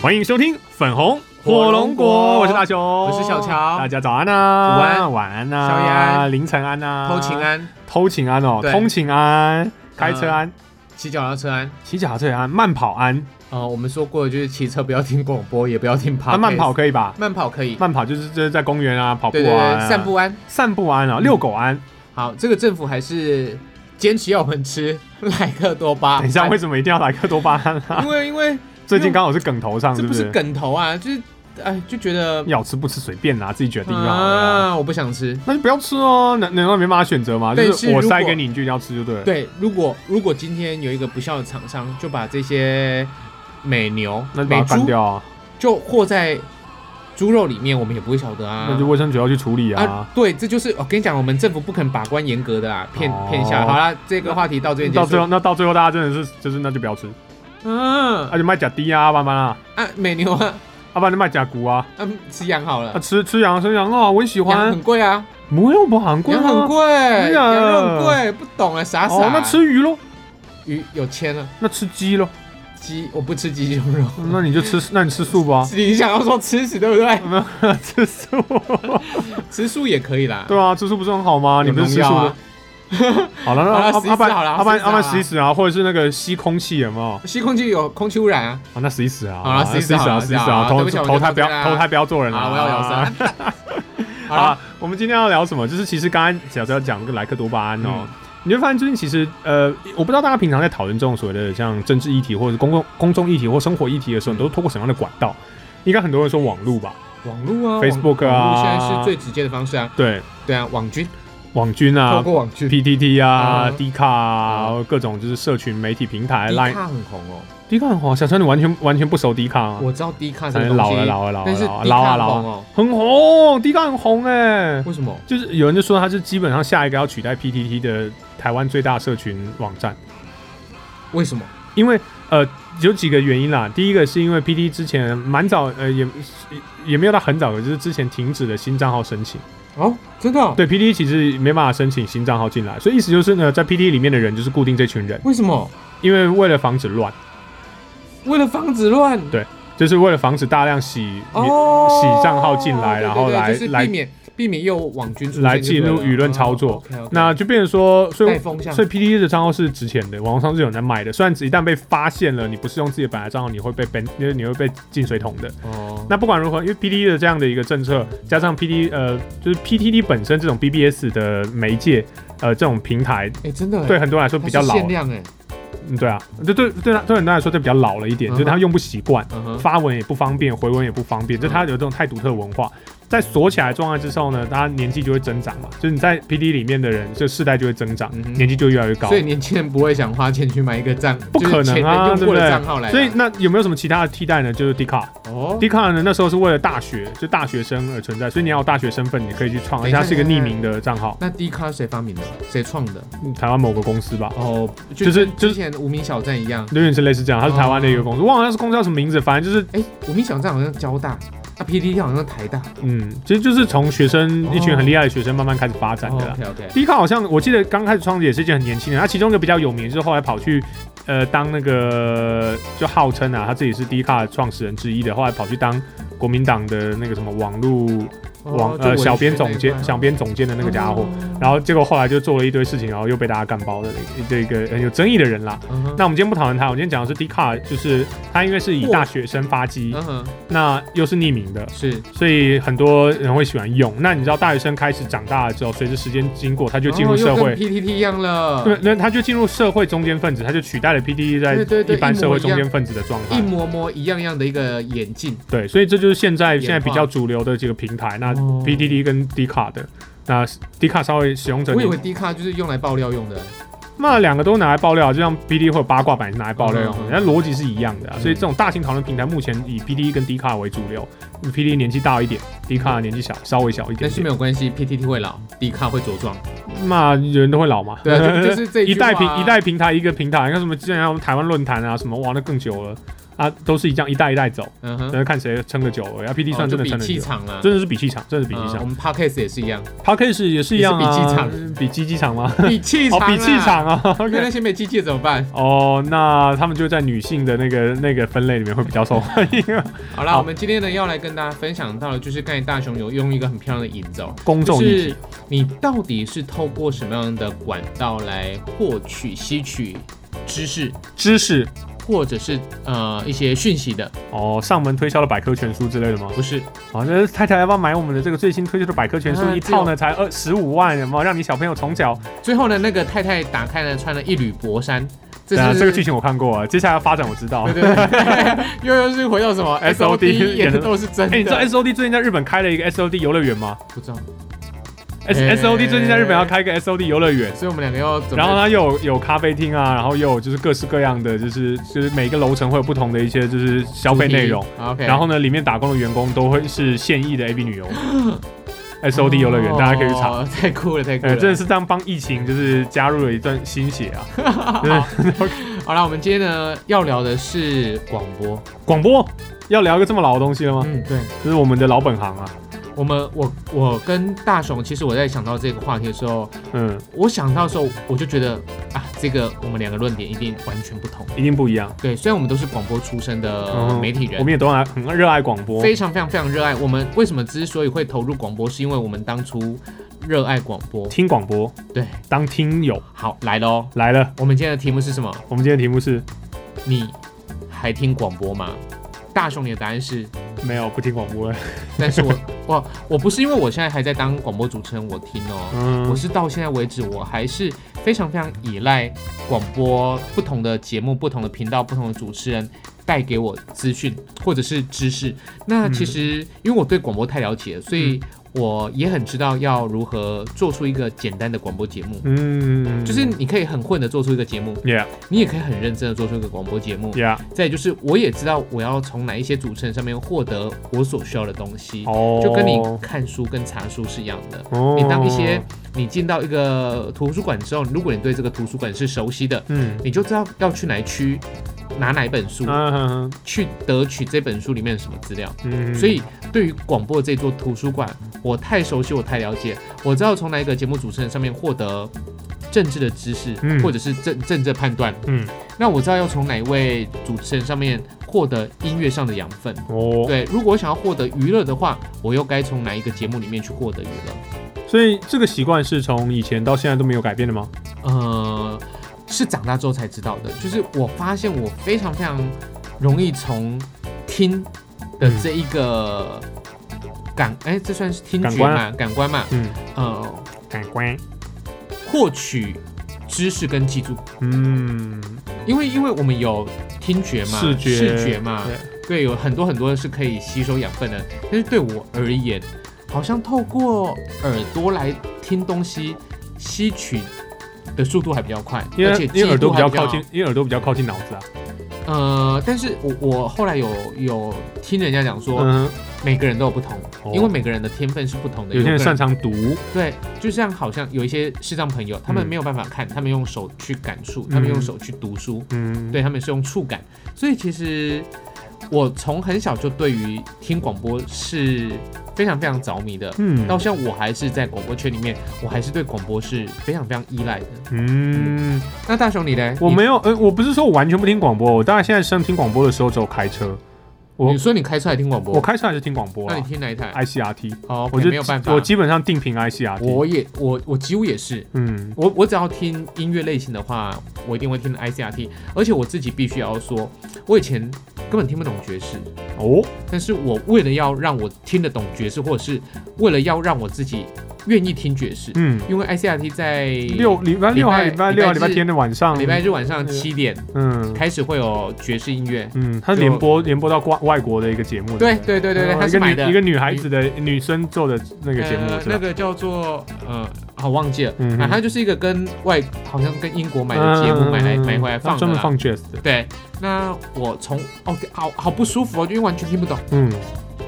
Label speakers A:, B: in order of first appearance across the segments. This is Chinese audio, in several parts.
A: 欢迎收听粉红
B: 火龙果
A: 我是大雄，我
B: 是小乔
A: 大家早安啊，
B: 午安
A: 晚安啊，
B: 宵夜安
A: 凌晨安啊，
B: 偷情，安，
A: 偷情安哦，
B: 对呃
A: 通勤安，开车安，
B: 骑脚踏车安。
A: 骑脚踏车也安，慢跑安，
B: 呃，我们说过，就是骑车不要听广播，也不要听 p
A: 那
B: o
A: 啊慢跑，可以吧？
B: 慢跑可以。
A: 慢跑就是就是在公园啊，跑步
B: 对对
A: 啊，
B: 对，散步嗯安。
A: 散步安啊，遛狗安。
B: 好，这个政府还是坚持要我们吃 莱克多巴。
A: 等一下，为什么一定要来克多巴胺 啊？
B: 因为因为
A: 最近刚好是梗头上，
B: 这
A: 是
B: 不是
A: 是？
B: 梗头啊，就是哎就觉得
A: 要吃不吃随便啦，自己决定就好了啊。
B: 啊，我不想吃。
A: 那就不要吃哦，难难道没办法选择吗？
B: 但
A: 就是是我
B: 如
A: 塞
B: 果
A: 给你，你就一定要吃就对了。
B: 对，如果如果今天有一个不孝的厂商就把这些美牛、
A: 那就把
B: 美
A: 它干
B: 猪
A: 掉啊，
B: 就和在猪肉里面，我们也不会晓得啊。
A: 那就卫生局要去处理
B: 啊
A: 啊。，
B: 对，这就是我跟你讲，我们政府不肯把关严格的啦，骗
A: 哦
B: 骗一下。好啦，这个话题到这边结
A: 到最后，
B: 束。
A: 那到最后大家真的是就是那就不要吃，
B: 嗯
A: 那就卖假低啊，慢慢啊，
B: 啊，美牛啊，
A: 要不然就卖假骨啊，
B: 嗯，吃羊好
A: 啊
B: 了，
A: 吃吃羊生羊肉啊，我很喜
B: 羊
A: 欢
B: 很，贵啊，
A: 没有不很贵
B: 羊很
A: 吗？
B: 贵，
A: 呀
B: 羊肉很贵，不懂啊，傻傻。
A: 哦，那吃鱼喽，
B: 鱼有钱了，
A: 那吃鸡喽，
B: 鸡我不吃鸡胸肉。，
A: 那你就吃，那你吃素吧
B: 你想要说吃屎对不对？
A: 没有吃素，
B: 吃素也可以啦。
A: 对啊，吃素不是很好吗？你
B: 有
A: 不是吃
B: 农
A: 素
B: 药
A: 的
B: 啊？，
A: 好了，那
B: 好了
A: 阿
B: 死一死
A: 阿
B: 好了
A: 阿班
B: 死一死
A: 阿班
B: 好了
A: 死一死啊，或者是那个吸空气有没有？
B: 吸空气有空气污染啊。
A: 啊，那死一死啊！
B: 好啦
A: 死
B: 死一死好
A: 啊，
B: 啦
A: 死一死
B: 好
A: 啊！
B: 啦
A: 投
B: 对不起我们
A: 投
B: 就
A: 胎
B: 到
A: 不要
B: 这边啦
A: 投胎不要做人
B: 好，我要咬舌。。
A: 啊
B: 好
A: 好
B: 了
A: 啦，，我们今天要聊什么？就是其实刚刚小要讲这个莱克多巴胺哦
B: 嗯，
A: 你会发现最近其实呃，我不知道大家平常在讨论这种所谓的像政治议题或者是公共公众议题或生活议题的时候，你都是透过什么样的管道？
B: 嗯
A: 应该很多人说网络吧，
B: 网络啊
A: Facebook 啊
B: 网络现在是最直接的方式啊。
A: 对，
B: 对啊，网军，
A: 网军
B: 透
A: 啊。
B: 过网军。
A: PTT 啊、
B: 嗯
A: d 卡啊，各种就是社群媒体平台
B: 迪
A: Line
B: 卡很红哦，
A: d 卡很红啊，小川你完全完全不熟 d 卡啊，
B: 我知道迪卡这
A: 哎
B: 个东
A: 老
B: 西，
A: 了老了老了
B: 但是
A: 老了
B: 迪
A: 老啊
B: 卡
A: 老
B: 很
A: 啊
B: 红哦，
A: 很红 d 卡很红哎、
B: 为什么？
A: 就是有人就说它是基本上下一个要取代 PTT 的台湾最大社群网站，
B: 为什么？
A: 因为呃有几个原因啦。第一个是因为 PTT 之前蛮早，呃也也也没有到很早，就是之前停止了新账号申请。
B: 哦，真的、哦？
A: 对 PTT 其实没办法申请新账号进来，所以意思就是呢，在 PTT 里面的人就是固定这群人，
B: 为什么？
A: 因为为了防止乱，
B: 为了防止乱
A: 对就是为了防止大量洗。
B: 哦，
A: 洗账号进来
B: 对对对
A: 然后来
B: 就是
A: 来
B: 避免避免又网军出现
A: 来
B: 就对
A: 进
B: 了
A: 入舆论操作
B: 哦，OK，OK
A: 那就变成说，所以
B: 带风向
A: 所以 P D 的账号是值钱的，网络上是有人在卖的。虽然只一旦被发现了，你不是用自己的本来账号，你会被 ban，你会你会被进水桶的。
B: 哦，
A: 那不管如何，因为 P D 的这样的一个政策，加上 P D 呃，就是 P T D 本身这种 B B S 的媒介，呃，这种平台
B: 哎、真的
A: 对，很多人来说
B: 都
A: 比较老
B: 限，量哎、
A: 嗯，对啊，对对对，对很多人来说这比较老了一点，
B: 嗯哼
A: 就是他用不习惯。
B: 嗯哼，
A: 发文也不方便，回文也不方便，就
B: 嗯
A: 他有这种太独特的文化。在锁起来的状态之后呢，他年纪就会增长嘛，就是你在 PD 里面的人，就世代就会增长，
B: 嗯哼
A: 年纪就越来越高
B: 所。以年轻人不会想花钱去买一个账，
A: 不可
B: 就是
A: 能
B: 前
A: 啊，对
B: 人用
A: 不
B: 过
A: 对
B: 的账号来？
A: 所以那有没有什么其他的替代呢？就是 d 卡，
B: 哦
A: d 卡呢那时候是为了大学，就大学生而存在，所以你要有大学身份，你可以去创，而
B: 等
A: 且
B: 一下
A: 它是一个匿名的账号，
B: 那迪卡谁发明的？谁创的？
A: 嗯台湾某个公司吧，
B: 哦，
A: 就
B: 就是跟
A: 就是
B: 之前无名小站一样。
A: 有点是类似这样，它是台湾的一个公司，忘了那是公司叫什么名字，反正就是
B: 哎、无名小站好像交大，啊 P D T 好像台大。
A: 嗯，其实就是从学生一群很厉害的学生慢慢开始发展的啦。
B: OK OK，
A: 迪卡好像我记得刚开始创立也是一件很年轻人，他其中一个比较有名，就是后来跑去呃当那个就号称啊他自己是迪卡创始人之一的，后来跑去当国民党的那个什么网络网、
B: 哦
A: 呃小编总监、小编总监的那个家伙，然后结果后来就做了一堆事情，然后又被大家干爆的这个很有争议的人啦。
B: 嗯哼
A: 那我们今天不讨论他，我今天讲的是迪卡，就是他因为是以大学生发迹，
B: 嗯哼，
A: 那又是匿名的，
B: 是
A: 所以很多人会喜欢用。那你知道大学生开始长大了之后，随着时间经过，他就进入社会，
B: 哦，P T T 一样了，
A: 对，那他就进入社会中间分子，他就取代了 P D E 在
B: 对对对
A: 一般
B: 一模
A: 社会
B: 一
A: 中
B: 样
A: 间分子的状态
B: 一。模模一样样的一个眼镜，
A: 对，所以这就是现在
B: 演
A: 现在比
B: 化
A: 较主流的几个平台，那
B: 哦
A: 啊 P D D 跟 D 卡的，那 D 卡稍微使用者
B: 我以
A: 年
B: 为迪卡就是用来爆料用的，
A: 那两个都拿来爆料，就像 P D 或者八卦版是拿来爆料用的，
B: 嗯嗯嗯
A: 那逻辑是一样的啊。
B: 嗯
A: 所以这种大型讨论平台目前以 P D 跟 D 卡为主流，P D 年纪大一点，D 卡年纪小，稍微小一点
B: 嗯但是
A: 点
B: 没。有关系，P T T 会老，迪卡会茁壮，
A: 那人都会老嘛？
B: 对啊，就就是这
A: 一
B: 句话
A: 代平一代平台一个平台，你看什么之前像台湾论坛啊什么，玩的更久了。啊，都是一样一代一代走，
B: 嗯哼
A: 然，后看谁撑得久而已。啊，PD 算真的撑得
B: 比气
A: 久，
B: 场啦，
A: 真的是比气场，真的是比
B: 嗯
A: 气
B: 我
A: 场。
B: 们 podcast 也 是一样，
A: Podcast 也是一样
B: 也是比气
A: 啊
B: 场，
A: 比鸡鸡场吗？
B: 比气
A: 哦
B: 场，，
A: 比气，场啊。
B: 那
A: OK
B: 那些没机器怎么办？
A: 哦，那他们就在女性的那个那个分类里面会比较受 欢迎啊。
B: 好啦，
A: 好
B: 我们今天呢要来跟大家分享到的就是刚才大雄有用一个很漂亮的引子哦，
A: 公众
B: 就
A: 议
B: 是
A: 题
B: 你到底是透过什么样的管道来获取、吸取知识，
A: 知识
B: 或者是呃一些讯息的？
A: 哦，上门推销的百科全书之类的吗？
B: 不是，
A: 啊，那太太要不要买我们的这个最新推出的百科全书
B: 啊
A: 一套呢？才二十五万，有没有让你小朋友从小？
B: 最后呢，那个太太打开了穿了一缕薄衫，这
A: 对
B: 是、
A: 啊，这个剧情我看过啊，接下来发展我知道
B: 对。对对， 又又是回到什么 S O
A: SOD
B: D 演的都是真
A: 哎、
B: 的。
A: 你知道 S O D 最近在日本开了一个 S O D 游乐园吗
B: 不知道？
A: ？S
B: 哎
A: S O D 最近在日本要开一个 S O D 游乐园。
B: 所以我们两个要怎么？
A: 然后呢，又有有咖啡厅啊，然后又有就是各式各样的，就是就是每个楼层会有不同的一些就是消费内容。
B: 好？OK，
A: 然后呢，里面打工的员工都会是现役的 A B 女 优，S O D 游乐园，大家可以去查。
B: 哦太酷了，太酷
A: 哎、
B: 了！
A: 真的是当帮疫情就是加入了一段新血啊！
B: 好了，我们今天呢要聊的是广播。
A: 广播要聊一个这么老的东西了吗？
B: 嗯，对，
A: 这是我们的老本行啊。
B: 我们我我跟大雄，其实我在想到这个话题的时候，
A: 嗯，
B: 我想到的时候我就觉得啊，这个我们两个论点一定完全不同。
A: 一定不一样。
B: 对，虽然我们都是广播出身的
A: 嗯
B: 呃媒体
A: 我
B: 人，
A: 们也都很很热爱广播。
B: 非常非常非常热爱。我们为什么之所以会投入广播，是因为我们当初热爱广播。
A: 听广播，
B: 对，
A: 当听友
B: 好来喽，
A: 来了。
B: 我们今天的题目是什么？
A: 我们今天的题目是
B: 你还听广播吗？大雄，你的答案是
A: 没有不听广播了。
B: 但是我 我我不是因为我现在还在当广播主持人，我听哦，我
A: 嗯，
B: 是到现在为止，我还是非常非常依赖广播不同的节目、不同的频道、不同的主持人带给我资讯或者是知识。那
A: 嗯
B: 其实因为我对广播太了解了，所以我也很知道要如何做出一个简单的广播节目。
A: 嗯，
B: 就是你可以很混的做出一个节目，
A: yeah
B: 你也可以很认真的做出一个广播节目。
A: yeah
B: 再来就是，我也知道我要从哪一些主持人上面获得我所需要的东西。
A: 哦，
B: 就跟你看书跟查书是一样的。
A: 哦
B: 你当一些你进到一个图书馆之后，如果你对这个图书馆是熟悉的，
A: 嗯
B: 你就知道要去哪一区拿哪一本书，
A: 嗯
B: 去得取这本书里面什么资料。
A: 嗯
B: 所以对于广播这座图书馆，我太熟悉，我太了解，我知道从哪一个节目主持人上面获得。政治的知识，
A: 嗯
B: 或者是政政治的判断，
A: 嗯
B: 那我知道要从哪一位主持人上面获得音乐上的养分。
A: 哦，
B: 对，如果我想要获得娱乐的话，我又该从哪一个节目里面去获得娱乐？
A: 所以这个习惯是从以前到现在都没有改变的吗？
B: 呃，是长大之后才知道的。就是我发现我非常非常容易从听的这一个感，哎、这算是听
A: 感
B: 觉
A: 官
B: 嘛，感官嘛，
A: 嗯，
B: 呃，
A: 感官，
B: 获取知识跟记住，
A: 嗯，
B: 因为因为我们有听觉嘛，
A: 视觉
B: 视觉嘛，
A: 对
B: 对，有很多很多是可以吸收养分的，但是对我而言，好像透过耳朵来听东西，吸取的速度还比较快，
A: 因
B: 而
A: 为
B: 且
A: 因为耳朵比
B: 记录还
A: 较
B: 比较
A: 靠近。，因为耳朵比较靠近脑子啊。
B: 呃，但是我我后来有有听人家讲说，
A: 嗯，
B: 每个人都有不同，
A: 哦
B: 因为每个人的天分是不同的。
A: 有些人
B: 个
A: 擅长读，
B: 对，就像好像有一些视障朋友，他们
A: 嗯
B: 没有办法看，他们用手去感触，他们用
A: 嗯
B: 手去读书，
A: 嗯，
B: 对，他们是用触感，所以其实我从很小就对于听广播是非常非常着迷的。
A: 嗯，
B: 到像我还是在广播圈里面，我还是对广播是非常非常依赖的。
A: 嗯，
B: 那大雄你呢？
A: 我
B: 你
A: 没有，呃，我不是说我完全不听广播，我当然现在上听广播的时候只有开车，我
B: 你说你开车还听广播，
A: 我开车还是听广播
B: 哦
A: 啊
B: 那
A: 啦
B: 你听哪一台？
A: ，ICRT，
B: 哦，
A: 我
B: 我
A: 就
B: 没有办法，
A: 我基本上定频 ICRT，
B: 我也我我几乎也是。
A: 嗯
B: 我我只要听音乐类型的话，我一定会听 ICRT，而且我自己必须要说，我以前根本听不懂爵士，
A: 哦，
B: 但是我为了要让我听得懂爵士，或者是为了要让我自己愿意听爵士，
A: 嗯，
B: 因为 ICRT 在
A: 六礼拜六还礼拜六还礼拜天的晚上，
B: 礼拜日晚上七点
A: 嗯
B: 开始会有爵士音乐。
A: 嗯，它是联播联播到外外国的一个节目，
B: 对
A: 不
B: 对对对，
A: 嗯
B: 它
A: 一
B: 是
A: 个
B: 买的
A: 女一个女孩子的女生做的那个节目
B: 呃
A: 是
B: 那
A: 吧？
B: 个叫做呃，好忘记了，
A: 嗯
B: 啊，它就是一个跟外好像跟英国买的节目买来
A: 嗯
B: 买回来放的
A: 专门
B: 啦。
A: 放 jazz 的，
B: 对，那我从哦好好不舒服哦，因为完全听不懂。
A: 嗯，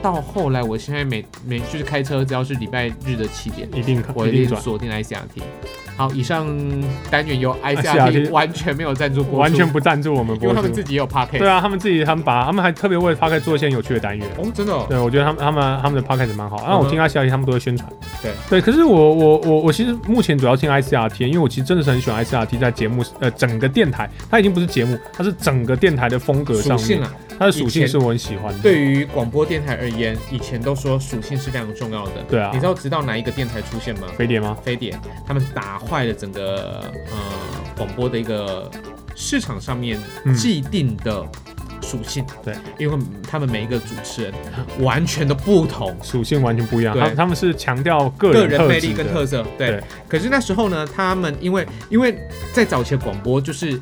B: 到后来，我现在每每就是开车，只要是礼拜日的七点，
A: 一定
B: 我
A: 一
B: 一
A: 定
B: 定
A: 转，
B: 锁定 ICRT。好，以上单元由
A: ICRT
B: ICRT 完全没有赞助播出，
A: 哎完全不赞助我们
B: 因
A: 播
B: 为他们
A: 出
B: 自。己也有 p o c k e
A: 对
B: t
A: 啊，他们自己他们把他们还特别为 p o c a s t 做一些有趣的单元。
B: 哦，真的哦，
A: 对，我觉得他们他们他们的 podcast 蛮好，那
B: 嗯
A: 我
B: 哼
A: 听他消息，他们都会宣传。
B: 对
A: 对，可是我我我我其实目前主要听 ICRT，因为我其实真的是很喜欢 ICRT 在节目呃整个电台，它已经不是节目，它是整个电台的风格
B: 属
A: 上
B: 性
A: 面，
B: 啊，
A: 它的属
B: 以
A: 性
B: 前
A: 是我很喜欢的。
B: 对于广播电台而言，以前都说属性是非常重要的。
A: 对啊
B: 你知道直到哪一个电台出现吗？
A: 飞碟吗？
B: 飞碟，他们打坏了整个呃广播的一个市场上面
A: 嗯
B: 既定的属性。
A: 对，
B: 因为他们每一个主持人完全的不同，
A: 属性完全不一样，
B: 对
A: 他他们是强调个
B: 个
A: 人
B: 人
A: 特
B: 魅
A: 质
B: 力跟
A: 的
B: 特色。对，
A: 对
B: 可是那时候呢，他们因为因为在早期的广播就是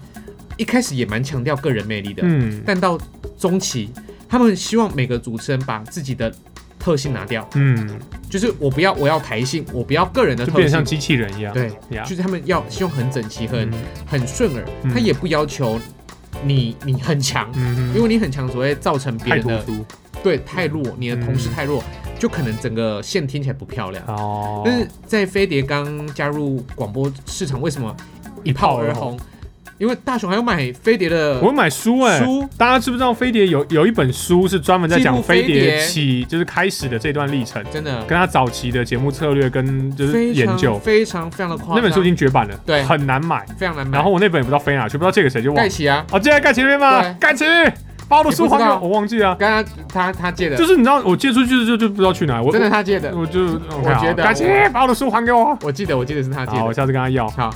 B: 一开始也蛮强调个人魅力的，
A: 嗯
B: 但到中期，他们希望每个主持人把自己的特性拿掉，
A: 嗯，
B: 就是我不要我要台性，我不要个人的
A: 就变
B: 特
A: 得像
B: 性，
A: 机器人一样。
B: 对，
A: 呀，
B: 就是他们要希望很整齐、很、
A: 啊嗯
B: 很顺耳
A: 嗯，
B: 他也不要求你你很强。
A: 嗯
B: 因
A: 哼，
B: 为你很强，所谓造成别
A: 太
B: 人
A: 突
B: 的
A: 出
B: 对太弱，你的同事
A: 嗯
B: 太弱，就可能整个线听起来不漂亮。
A: 哦，
B: 但是在飞碟刚加入广播市场，为什么一炮而红？因为大雄还要买飞碟的
A: 我买书哎、
B: 书，
A: 大家知不知道飞碟有有一本书是专门在
B: 记
A: 讲
B: 录飞
A: 飞碟
B: 碟
A: 起就是开始的这段历程，
B: 真的
A: 跟他早期的节目策略跟就是
B: 非
A: 研究
B: 常非常非常的夸张，
A: 那本书已经绝版了，
B: 对
A: 很难买。
B: 非常难买。
A: 然后我那本也不知道飞哪去，不知道借给谁就忘
B: 盖
A: 了。
B: 奇啊，
A: 哦，借给盖奇那边吗
B: 对？
A: 盖奇，把我的书还给我，
B: 也不知道
A: 我忘记了。
B: 刚刚他他借的
A: 就，是你知道我借出去就就不知道去哪，我
B: 真的他借的，
A: 我就我
B: 觉得
A: 盖奇把我的书还给我。
B: 我记得我记得是他借
A: 好，我
B: 的。
A: 下次跟他要。
B: 好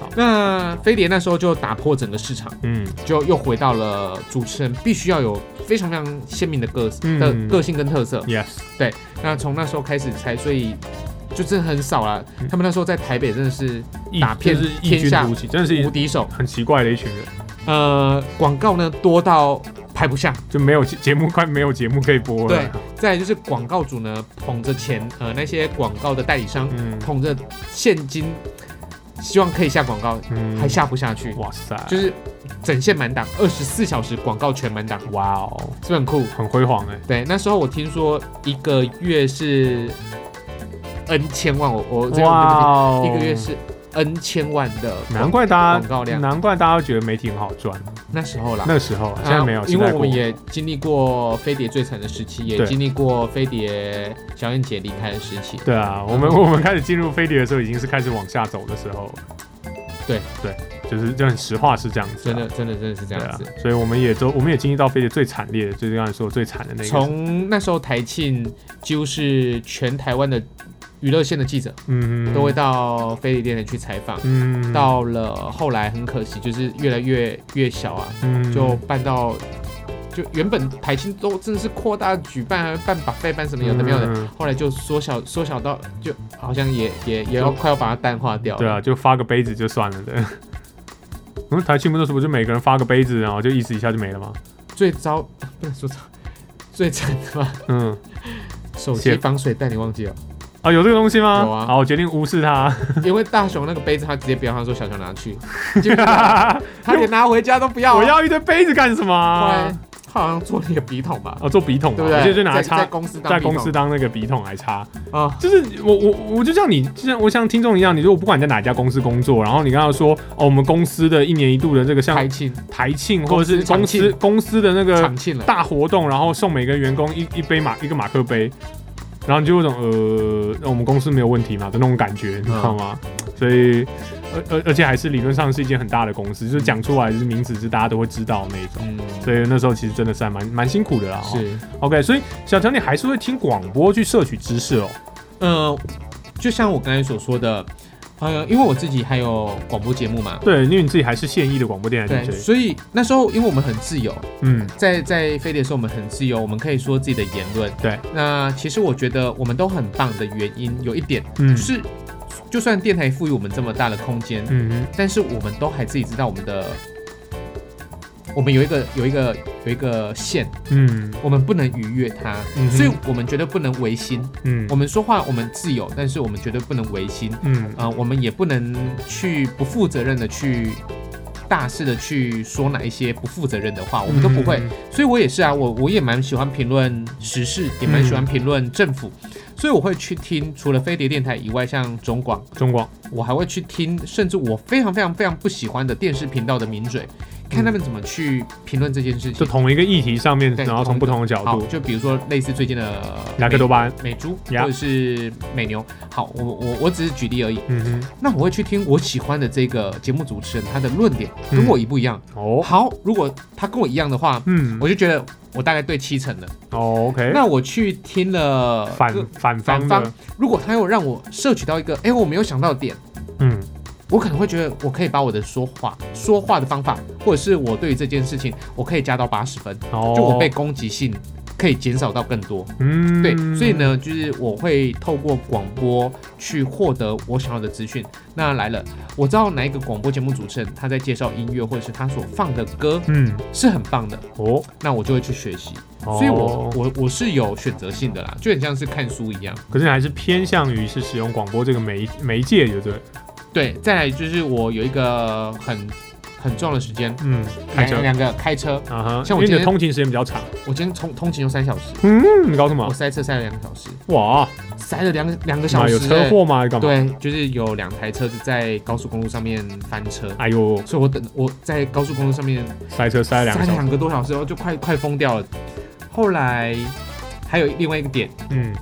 A: 好，
B: 那飞碟那时候就打破整个市场，
A: 嗯
B: 就又回到了主持人必须要有非常非常鲜明的个
A: 嗯
B: 的个性跟特色。
A: ，yes，
B: 那从那时候开始才，所以就真的很少了
A: 嗯。
B: 他们那时候在台北真的是
A: 一
B: 打遍
A: 就是异
B: 天
A: 军
B: 下
A: 突起，真的是
B: 无
A: 一
B: 敌手，
A: 很奇怪的一群人，
B: 呃，广告呢多到排不下。
A: 就没有节节目快没有节目可以播了。
B: 对，再来就是广告主呢捧着钱，呃，那些广告的代理商
A: 嗯
B: 捧着现金，希望可以下广告，
A: 嗯
B: 还下不下去，
A: 哇塞，
B: 就是整线满档，二十四小时广告全满档，
A: 哇哦，
B: 是不是很酷？
A: 很辉煌哎、
B: 对，那时候我听说一个月是 N 千万，我我这个
A: 哇
B: 对
A: 哦
B: 不起，一个月是 N 千万的广，
A: 难怪大
B: 广告
A: 家
B: 量
A: 难怪大家觉得媒体很好赚，
B: 那时候啦。
A: 那时候啊现在没有，
B: 啊
A: 现
B: 因
A: 在
B: 为
A: 过
B: 我们也经历过飞碟最惨的时期，也
A: 对
B: 经历过飞碟小燕姐离开的时期。
A: 对啊，我们 我们开始进入飞碟的时候，已经是开始往下走的时候了。
B: 对
A: 对，就是就很实话是这样子、啊，
B: 真的，真的，真的是这
A: 对
B: 样
A: 啊
B: 子。，
A: 所以我们也都我们也经历到飞碟最惨烈的，就是刚才说最惨的那个，
B: 从那时候台庆几乎是全台湾的娱乐线的记者
A: 嗯
B: 都会到飞碟电台去采访，
A: 嗯
B: 到了后来很可惜，就是越来越越小啊，
A: 嗯
B: 就办到就原本台庆都真的是扩大举办，还办把费办什么有的没有的，
A: 嗯
B: 后来就缩小缩小到就好像也也也要快要把它淡化掉了。
A: 对啊，就发个杯子就算了的。 我们台庆不都是不就每个人发个杯子，然后就意思一下就没了吗？
B: 最糟不能说糟，最惨的嘛，
A: 嗯，
B: 手
A: 写
B: 机防水袋你忘记了？
A: 啊，有这个东西吗？
B: 有啊
A: 好，我决定无视它。
B: 因为大雄那个杯子他直接不要，他说小熊拿去，就他连拿回家都不 要、啊
A: 我。要一堆杯子干什么
B: 后
A: 啊
B: 来？他好像做你的笔筒吧，
A: 哦，做笔筒嘛，
B: 对不
A: 我
B: 对？
A: 就就拿来
B: 在在
A: 插，
B: 公司当
A: 在
B: 笔筒
A: 公司当那个笔筒来插。
B: 啊，
A: 就是我我我就像你，就像我像听众一样，你如果不管你在哪家公司工作，然后你刚刚说哦，我们公司的一年一度的这个像
B: 台庆
A: 台庆或者是公
B: 公司
A: 司公司的那个
B: 厂庆了，
A: 大活动，然后送每个员工一一杯马一个马克杯，然后你就有种呃，那我们公司没有问题嘛的那种感觉，你知道吗？
B: 嗯
A: 所以，而而而且还是理论上是一件很大的公司，就是讲出来就是名字是大家都会知道那一种。
B: 嗯，
A: 所以那时候其实真的是还蛮蛮辛苦的啦。哦
B: 是，
A: OK，所以小强你还是会听广播去摄取知识哦。
B: 嗯，就像我刚才所说的，呃，因为我自己还有广播节目嘛，
A: 对，因为你自己还是现役的广播电台
B: 对，
A: DJ。
B: 所以那时候因为我们很自由，
A: 嗯，
B: 在在飞碟的时候我们很自由，我们可以说自己的言论。
A: 对，
B: 那其实我觉得我们都很棒的原因有一点，
A: 嗯
B: 就是就算电台赋予我们这么大的空间，
A: 嗯哼
B: 但是我们都还自己知道我们的，我们有一个有一个有一个线，
A: 嗯
B: 我们不能逾越它，
A: 嗯哼
B: 所以我们绝对不能违心。
A: 嗯
B: 我们说话我们自由，但是我啊们绝对不能违心。
A: 嗯
B: 呃，我们也不能去不负责任的去大肆的去说哪一些不负责任的话，我们都不
A: 嗯
B: 会。所以我也是啊，我我也蛮喜欢评论时事，也蛮喜欢评论政府，所以我会去听除了飞碟电台以外，像中广，
A: 中广，
B: 我还会去听，甚至我非常非常非常不喜欢的电视频道的名嘴，看他们怎么去评论这件事
A: 就
B: 情。
A: 同一个议题上面，
B: 对
A: 然后从不同的角
B: 好，
A: 度，
B: 就比如说类似最近的
A: 雅克多巴胺，
B: 美猪或
A: Yeah
B: 者是美牛。好，我我我只是举例而已。
A: 嗯哼，
B: 那我会去听我喜欢的这个节目主持人他的论点
A: 嗯
B: 跟我一不一样。
A: 哦，
B: 好，如果他跟我一样的话，
A: 嗯，
B: 我就觉得我大概对七成了。
A: 哦，OK，
B: 那我去听了
A: 反
B: 各
A: 反方
B: 反
A: 的
B: 方，，如果他又让我摄取到一个哎、我没有想到的点，
A: 嗯，
B: 我可能会觉得我可以把我的说话说话的方法，或者是我对于这件事情，我可以加到八十分，
A: 哦，
B: 就我被，攻击性可以减少到更多。
A: 嗯，
B: 对，所以，呢，就是我会透过广播去获得我想要的资讯。那来了，我知道哪一个广播节目主持人他在介绍音乐，或者是他所放的歌
A: 嗯，
B: 是很棒的，
A: 哦，
B: 那我就会去学习。
A: 哦
B: 所以我我我是有选择性的啦，就很像是看书一样。
A: 可是你还是偏向于是使用广播这个媒媒介，对不对？
B: 对，再来就是我有一个很很重要的时间，
A: 嗯，开车
B: 两，两个开车，
A: 啊哈，
B: 哎像
A: 因
B: 我
A: 为你
B: 今
A: 的
B: 天
A: 通勤时间比较长，
B: 我今天通通勤有三小时，
A: 嗯，你搞什么
B: 我？塞车塞了两个小时，
A: 哇，
B: 塞了两两个小
A: 妈
B: 时、
A: 有车
B: 欸
A: 祸吗？干嘛？
B: 对，就是有两台车子在高速公路上面翻车，
A: 哎呦，
B: 所以我等我在高速公路上面
A: 塞车塞了两个小时，
B: 多小时，然后就快快疯掉了。后来还有另外一个点
A: 嗯，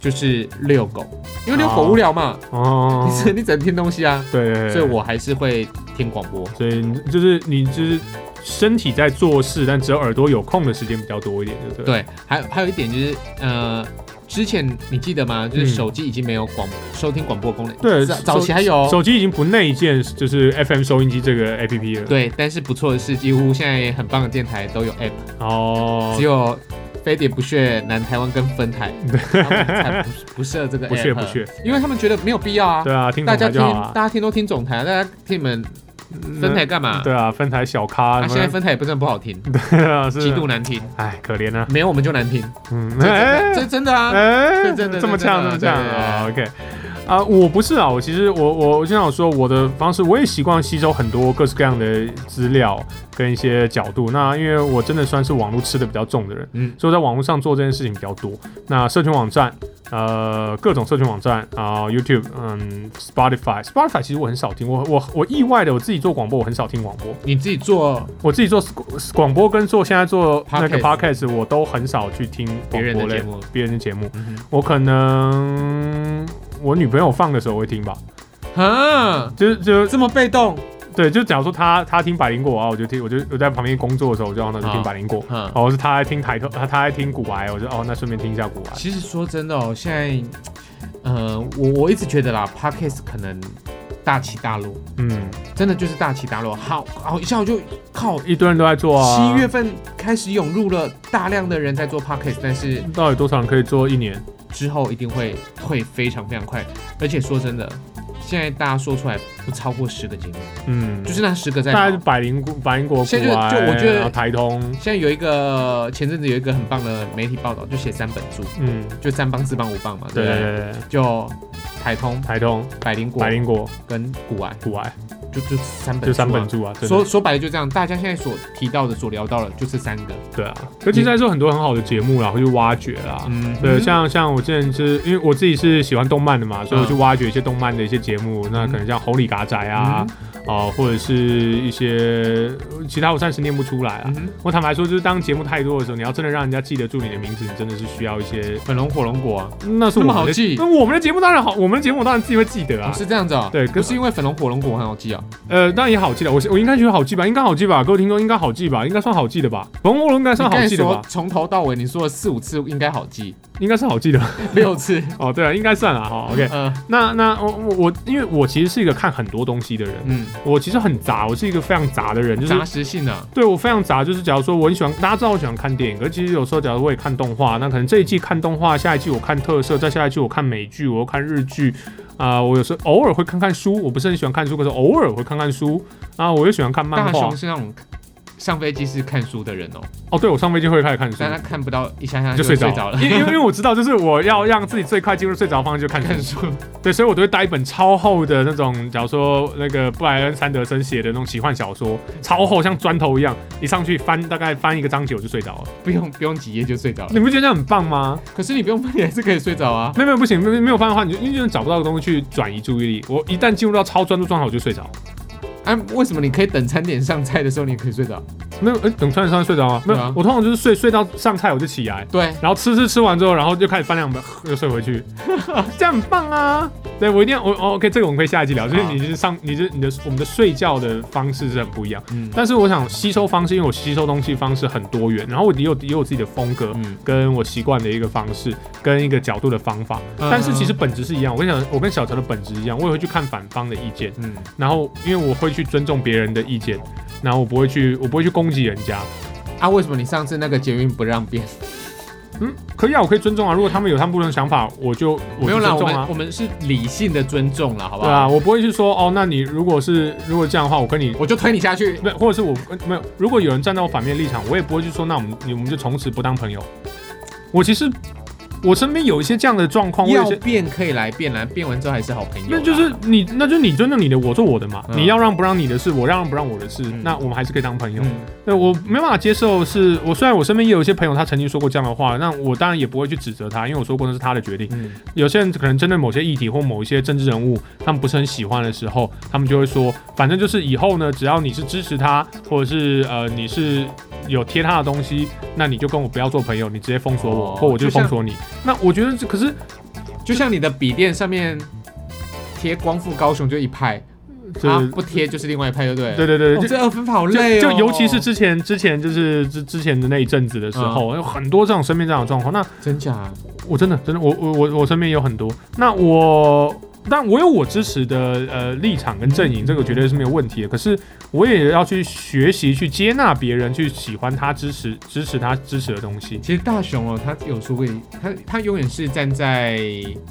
B: 就是遛狗，因为遛狗
A: 哦
B: 无聊嘛，
A: 哦
B: 你，只你只能听东西啊，
A: 对，对对
B: 所以我还是会听广播。
A: 所以你就是你就是身体在做事，但只有耳朵有空的时间比较多一点，对不对？
B: 对，还还有一点就是呃。之前你记得吗？就是
A: 嗯
B: 手机已经没有广、收听广播功能，
A: 对
B: 早
A: 手
B: 早期还有，
A: 手机已经不内建就是 FM 收音机这个 APP 了。，
B: 对，但是不错的是，几乎现在很棒的电台都有 app，
A: 哦
B: 只，有飞碟不屑南台湾跟分台，他们才不不设这个 app,
A: 不屑不屑，
B: 因为他们觉得没有必要啊。
A: 对啊，听
B: 大
A: 总台
B: 家听
A: 就好啊。
B: 大家听都听总台，大家听你们分台干嘛？
A: 对啊，分台小咖，
B: 啊，现在分台也不是很不好听，
A: 对啊， 是
B: 极度难听，
A: 哎，可怜啊，
B: 没有我们就难听，
A: 嗯，
B: 这
A: 哎
B: 这这真的啊，
A: 哎，
B: 对真的
A: 这么
B: 真的
A: 呛，这么
B: 对
A: 呛
B: 对对
A: 啊，OK。啊、我不是啊，我其实我我我就想说，我的方式我也习惯吸收很多各式各样的资料跟一些角度。那因为我真的算是网络吃的比较重的人，
B: 嗯，
A: 所以我在网络上做这件事情比较多。那社群网站，呃，各种社群网站啊、y o u t u b e 嗯，Spotify，Spotify 其实我很少听，我我我意外的我自己做广播，我很少听广播。
B: 你自己做
A: 我自己做广播跟做现在做那个
B: Podcast
A: podcast，我都很少去听
B: 别
A: 广
B: 人
A: 播
B: 的节
A: 类
B: 目，
A: 别人的节目。
B: 嗯
A: 我可能我女朋友放的时候我会听吧，
B: 哼啊，
A: 就是就
B: 这么被动，
A: 对，
B: 对
A: 就假如说她她听百灵果啊，我就听，我就我在旁边工作的时候，我就让她去
B: 啊
A: 听百灵果。
B: 嗯。
A: 哦，是她在听台头，她她在听古癌，我就哦，那顺便听一下古癌。
B: 其实说真的哦，现在，呃，我我一直觉得啦，podcast 可能大起大落，
A: 嗯，
B: 真的就是大起大落。好，好一下我就靠
A: 一堆人都在做啊。
B: 七月份开始涌入了大量的人在做 podcast，但是
A: 到底多少人可以做一年？
B: 之后一定会退非常非常快。而且说真的，现在大家说出来不超过十个节目，
A: 嗯，
B: 就是那十个在
A: 大概
B: 跑
A: 是。百灵果、百灵果、古
B: 现在就
A: 癌，
B: 就我觉得
A: 然后台通，
B: 现在有一个前阵子有一个很棒的媒体报道，就写三本书，
A: 嗯，
B: 就三帮四帮五帮嘛，对
A: 对
B: 不
A: 对
B: 对？
A: 对对，
B: 就台通、
A: 台通、
B: 百灵果
A: 百灵果、
B: 跟古玩，
A: 古癌。
B: 就就三本书啊
A: 就三本。著啊，真的
B: 说说白了就这样，大家现在所提到的、所聊到的，就这三个。
A: 对啊。而且现在是有很多很好的节目啦，会去挖掘啦。
B: 嗯，
A: 对，像像我之前是因为我自己是喜欢动漫的嘛，所以
B: 嗯
A: 我去挖掘一些动漫的一些节目，那可能像《红里嘎仔》啊，
B: 嗯
A: 哦、或者是一些其他我暂时念不出来啊
B: 嗯。哼
A: 我坦白说，就是当节目太多的时候，你要真的让人家记得住你的名字，你真的是需要一些，
B: 粉龙火龙果啊，
A: 那是我
B: 那么
A: 们
B: 好
A: 的
B: 记
A: 那我们的节目当然好，我们的节目我当然自己会记得
B: 哦
A: 啊。
B: 是这样子哦。
A: 对
B: 不
A: 跟
B: 是因为粉龙火龙果很好记哦。
A: 呃，当然也好记的，我我应该觉得好记吧，应该好记吧，各位听众应该好记吧，应该算好记的吧，红红龙应该算
B: 你
A: 好
B: 刚才
A: 记的吧
B: 说，从头到尾你说了四五次，应该好 记，
A: 应该是好记的吧。
B: 六次。
A: 哦，对啊，应该算了哈。OK，
B: 嗯
A: 那那我我我，因为我其实是一个看很多东西的人，
B: 嗯，
A: 我其实很杂，我是一个非常杂的人，就是
B: 杂食性啊，
A: 对我非常杂，就是假如说我很喜欢，大家知道我喜欢看电影，可是其实有时候假如我也看动画，那可能这一季看动画，下一季我看特色，再下一季我看美剧，我又看日剧，啊、我有时候偶尔会看看书，我不是很喜欢看书，可是偶尔会看看书啊，我又喜欢看漫
B: 大
A: 画
B: 雄，是那种上飞机是看书的人哦，
A: 哦，对我上飞机会开始看书，
B: 但他看不到一下下
A: 就
B: 睡
A: 睡着
B: 着了
A: 了，。 因为因为因为我知道，就是我要让自己最快进入睡着的方式就看
B: 看
A: 书，
B: 书，
A: 对，所以我都会带一本超厚的那种，假如说那个布莱恩·山德森写的那种奇幻小说，超厚像砖头一样，一上去翻大概翻一个章节我就睡着了。
B: 不用不用几页就睡着了。
A: 你不觉得这样很棒吗？
B: 可是你不用翻，你还是可以睡着啊。
A: 没有没有不行，没有没有办法的话，你就因为真的找不到东西去转移注意力。我一旦进入到超专注状态，我就睡着。
B: 啊，为什么你可以等餐点上菜的时候你也可以睡着？
A: 没有，哎、等突然上睡着吗？没有，
B: 对啊
A: 我通常就是睡睡到上菜我就起来，
B: 对，
A: 然后吃吃吃完之后，然后就开始翻两本，又睡回去， 这样很棒啊！对我一定要我哦 OK，这个我们可以下一集聊，就是
B: 好
A: 你就是上你就是你的我们的睡觉的方式是很不一样，
B: 嗯
A: 但是我想吸收方式，因为我吸收东西方式很多元，然后我也有也有自己的风格。
B: 嗯，
A: 跟我习惯的一个方式，跟一个角度的方法，
B: 嗯
A: 但是其实本质是一样。我跟你讲，我跟小乔的本质一样，我也会去看反方的意见，
B: 嗯，
A: 然后因为我会去尊重别人的意见，然后我不会去我不会去攻击人家，
B: 啊，为什么你上次那个捷运不让变？
A: 嗯，可以啊，我可以尊重啊。如果他们有他们不同的想法，我就我
B: 没有
A: 就尊
B: 啦，我
A: 重
B: 们
A: 啊
B: 我。们是理性的尊重啦，好不
A: 对
B: 好？
A: 啊，我不会去说哦，那你如果是如果这样的话，我跟你
B: 我就推你下去。
A: 没有，或者是我跟没有。如果有人站在我反面立场，我也不会去说，那我们我们就从此不当朋友。我其实我身边有一些这样的状哦况，我有
B: 要
A: 些
B: 变可以来变来，变完之后还是好朋友啦。
A: 那就是你，那就是你尊重你的，我做我的嘛。
B: 嗯
A: 你要让不让你的事，我让不让我的事，
B: 嗯
A: 那我们还是可以当朋友。
B: 嗯
A: 对我没办法接受是，我虽然我身边也有一些朋友，他曾经说过这样的话，那我当然也不会去指责他，因为我说过那是他的决定。
B: 嗯，
A: 有些人可能针对某些议题或某一些政治人物，他们不是很喜欢的时候，他们就会说，反正就是以后呢，只要你是支持他，或者是呃你是有贴他的东西，那你就跟我不要做朋友，你直接封锁我，
B: 哦
A: 或我就
B: 就像
A: 封锁你。那我觉得这可是
B: 就像你的笔电上面贴光复高雄就一派，
A: 这、
B: 啊不贴就是另外一派，对不对？
A: 呃对对对
B: 哦
A: 对，就
B: 这二分法好累
A: 就
B: 哦。
A: 就尤其是之前之前就是之之前的那一阵子的时候，
B: 嗯
A: 有很多这种身边这样的状况。那
B: 真假，
A: 我真的真的，我我我我身边也有很多。那我，但我有我支持的呃立场跟阵营，这个绝对是没有问题的。可是我也要去学习去接纳别人，去喜欢他支持支持他支持的东西，
B: 其实大雄哦，他有说过一，他他永远是站在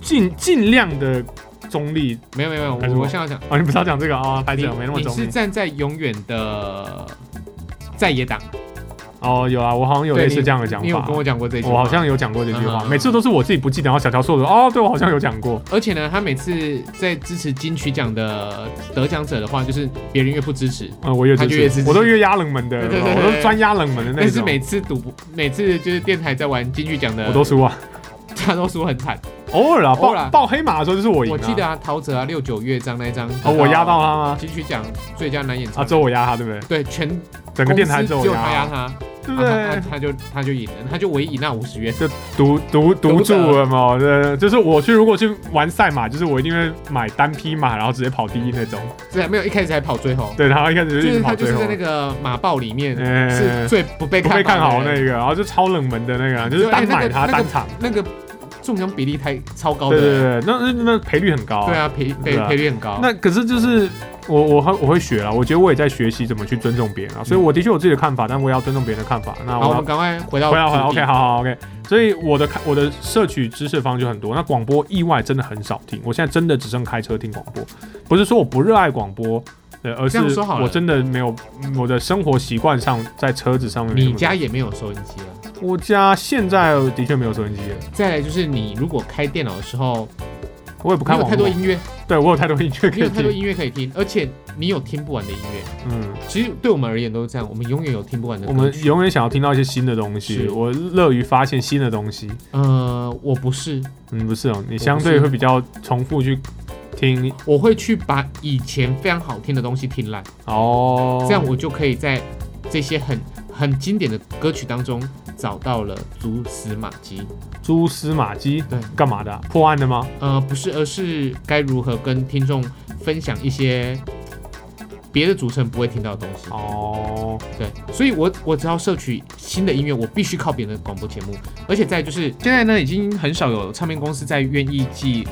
A: 尽尽量的中立
B: 没有没有没有，
A: 还是
B: 我
A: 我
B: 我想要讲，
A: 啊！你不是要讲这个啊？拍
B: 你
A: 子没那么
B: 你
A: 中
B: 是
A: 立
B: 站在永远的在野党，
A: 哦，有啊，我好像有
B: 对
A: 类似
B: 你
A: 这样的讲
B: 你有跟
A: 法。
B: 我讲过这一句
A: 我
B: 话
A: 好像有讲过这句话，
B: 嗯
A: 每次都是我自己不记得，然后小乔说的哦，对我好像有讲过，
B: 而且呢，他每次在支持金曲奖的得奖者的话，就是别人越不支持，
A: 嗯，我越
B: 他
A: 支
B: 就越
A: 持
B: 支，持
A: 我都越压冷门的，
B: 对对对
A: 我
B: 对
A: 都专压冷门的那
B: 但是
A: 种，
B: 每次赌博，每次就是电台在玩金曲奖的，
A: 我都输啊。
B: 他都输很惨。
A: 偶尔啊，
B: 偶
A: 爆
B: 尔啊
A: 爆黑马的时候就是我赢、啊。
B: 我记得啊，陶喆啊，六九乐章那一张，
A: 哦，我压到他吗？
B: 金曲奖最佳男演
A: 啊，
B: 唱，
A: 只有我压他，对不对？
B: 对，全
A: 整个电台
B: 公司
A: 只
B: 只
A: 有
B: 有
A: 我
B: 他
A: 压
B: 压，他，
A: 对不
B: 啊他
A: 对？
B: 他他就他就赢了，他就唯一赢那五十元。
A: 独独独
B: 独
A: 注
B: 得
A: 了嘛，对，就是我去如果去玩赛马，就是我一定会买单匹马，然后直接跑第一那种。
B: 对，没有一开始还跑最后，
A: 对，然后一开始
B: 就
A: 就一
B: 是
A: 直跑
B: 他就
A: 最
B: 是
A: 后
B: 在，那个马报里面
A: 哎
B: 是最不被
A: 不被
B: 看
A: 看好
B: 好
A: 那
B: 的
A: 个，然后就超冷门的那个，啊就是
B: 对
A: 单
B: 哎那
A: 买
B: 个
A: 他
B: 那个
A: 单场。
B: 那个中奖比例太超高
A: 对对
B: 的，
A: 对，那那那赔率很高、啊。
B: 对啊，赔
A: 对
B: 赔
A: 啊
B: 赔率很高。
A: 那可是就是我我会我会学啊，我觉得我也在学习怎么去尊重别人啊，所以我的确有自己的看法，但我也要尊重别人的看法。那
B: 嗯好，
A: 我
B: 我
A: 要
B: 们赶快回到
A: 回来回来
B: 主题
A: ，OK，好好 OK。所以我的看我的摄取知识的方式就很多，那广播意外真的很少听，我现在真的只剩开车听广播，不是说我不热爱广播，呃，而是
B: 这样说好了
A: 我真的没有嗯我的生活习惯上在车子上面没那么
B: 你
A: 多。
B: 家也没有收音机啊。
A: 我家现在的确没有收音机了，
B: 再来就是你如果开电脑的时候，
A: 我也不
B: 你
A: 看
B: 有
A: 网
B: 太多
A: 络，
B: 音乐，
A: 对我有太多音乐可
B: 你有
A: 以
B: 太多
A: 听，
B: 音乐可以听，而且你有听不完的音乐。
A: 嗯。
B: 其实对我们而言都是这样，我们永远有听不完的
A: 我
B: 歌
A: 们
B: 曲。
A: 永远想要听到一些新的东西，
B: 是
A: 我乐于发现新的东西。
B: 呃，我不是，
A: 嗯，不是哦，你
B: 不
A: 相对
B: 是
A: 会比较重复去听
B: 我会去把以前非常好听的东西听烂，
A: 哦。
B: 这样我就可以在这些很很经典的歌曲当中找到了蛛丝马迹。
A: 蛛丝马迹
B: 对，
A: 干嘛的啊、破案的吗？
B: 呃，不是，而是该如何跟听众分享一些别的主持人不会听到的东西。
A: 哦，
B: 对，所以我我只要摄取新的音乐，我必须靠别人的广播节目，而且再就是现在呢，已经很少有唱片公司在愿意寄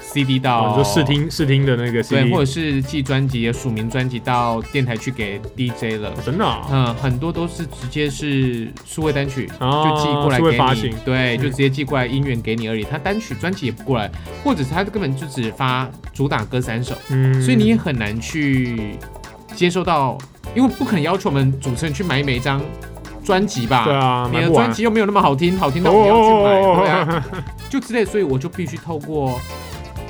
B: CD
A: 哦，
B: 到，
A: 你说试听试听的那个 CD，
B: 对，或者是寄专辑、啊署名专辑到电台去给 DJ 了
A: 哦。真的啊、
B: 嗯，很多都是直接是数位单曲，
A: 哦
B: 就寄过来
A: 数
B: 给
A: 位
B: 你，
A: 发行
B: 对，
A: 嗯
B: 就直接寄过来音源给你而已。他单曲、专辑也不过来，或者是他根本就只发主打歌三首，
A: 嗯
B: 所以你也很难去接收到因为不可能要求我们主持人去买每一张专辑吧？
A: 对啊，
B: 你
A: 买
B: 的
A: 不完哦
B: 专。辑又没有那么好听，好听到我要去买，对啊，就之类，所以我就必须透过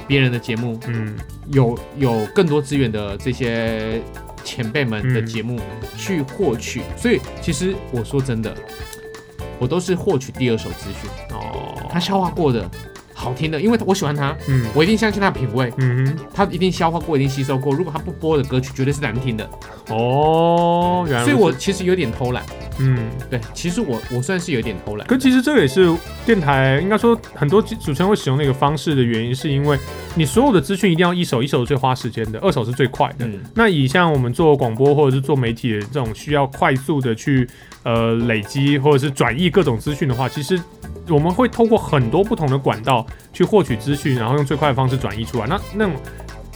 B: 别人的节目，
A: 嗯，
B: 有有更多资源的这些前辈们的
A: 嗯
B: 节目去获取。所以其实我说真的，我都是获取第二手资讯，
A: 哦，
B: 他消化过的。好听的，因为我喜欢他，
A: 嗯
B: 我一定相信他的品味，
A: 嗯
B: 他一定消化过，一定吸收过。如果他不播的歌曲，绝对是难听的。
A: 哼，哦，原来
B: 所以
A: 如此
B: 我其实有点偷懒，
A: 嗯，
B: 对，其实我我算是有点偷懒。
A: 可其实这个也是电台应该说很多主持人会使用那个方式的原因，是因为你所有的资讯一定要一手一手最花时间的，二手是最快的。
B: 嗯，
A: 那以像我们做广播或者是做媒体的这种需要快速的去呃累积或者是转译各种资讯的话，其实我们会透过很多不同的管道去获取资讯，然后用最快的方式转译出来。那那种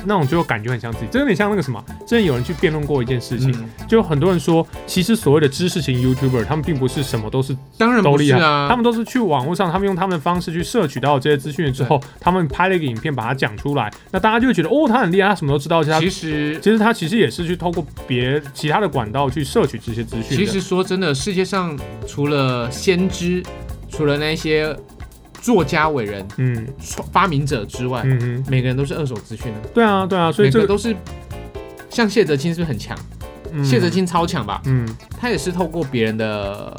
A: 那种就感觉很像自己，这有点像那个什么，之前有人去辩论过一件事情，
B: 嗯
A: 就有很多人说，其实所谓的知识型 YouTuber，他们并不是什么都是
B: 当然
A: 都
B: 不
A: 厉
B: 是
A: 害，
B: 啊，
A: 他们都是去网络上，他们用他们的方式去摄取到这些资讯之后，他们拍了一个影片把它讲出来，那大家就会觉得哦，他很厉害，他什么都知道，其实他
B: 其实
A: 其实他其实也是去透过别其他的管道去摄取这些资讯的。
B: 其实说真的，世界上除了先知，除了那些作家伟人、
A: 嗯
B: 创发明者之外，
A: 嗯哼，
B: 每个人都是二手资讯的，
A: 对啊对啊，所以
B: 每
A: 这
B: 个
A: 个、
B: 都是。像谢哲青是不是很强？
A: 嗯
B: 谢哲，青超强吧？
A: 嗯，
B: 他也是透过别人的